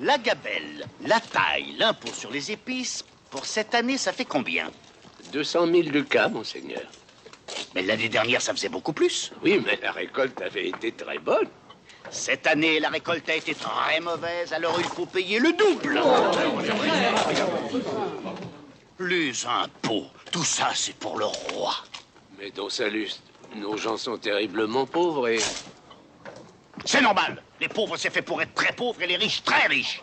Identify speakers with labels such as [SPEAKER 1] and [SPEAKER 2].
[SPEAKER 1] La gabelle, la taille, l'impôt sur les épices, pour cette année, ça fait combien
[SPEAKER 2] 200 000 lucas, monseigneur.
[SPEAKER 1] Mais l'année dernière, ça faisait beaucoup plus.
[SPEAKER 2] Oui, mais la récolte avait été très bonne.
[SPEAKER 1] Cette année, la récolte a été très mauvaise, alors il faut payer le double. Les impôts, tout ça, c'est pour le roi.
[SPEAKER 2] Mais dans Saluste, nos gens sont terriblement pauvres et...
[SPEAKER 1] C'est normal. Les pauvres, c'est fait pour être très pauvres et les riches, très riches.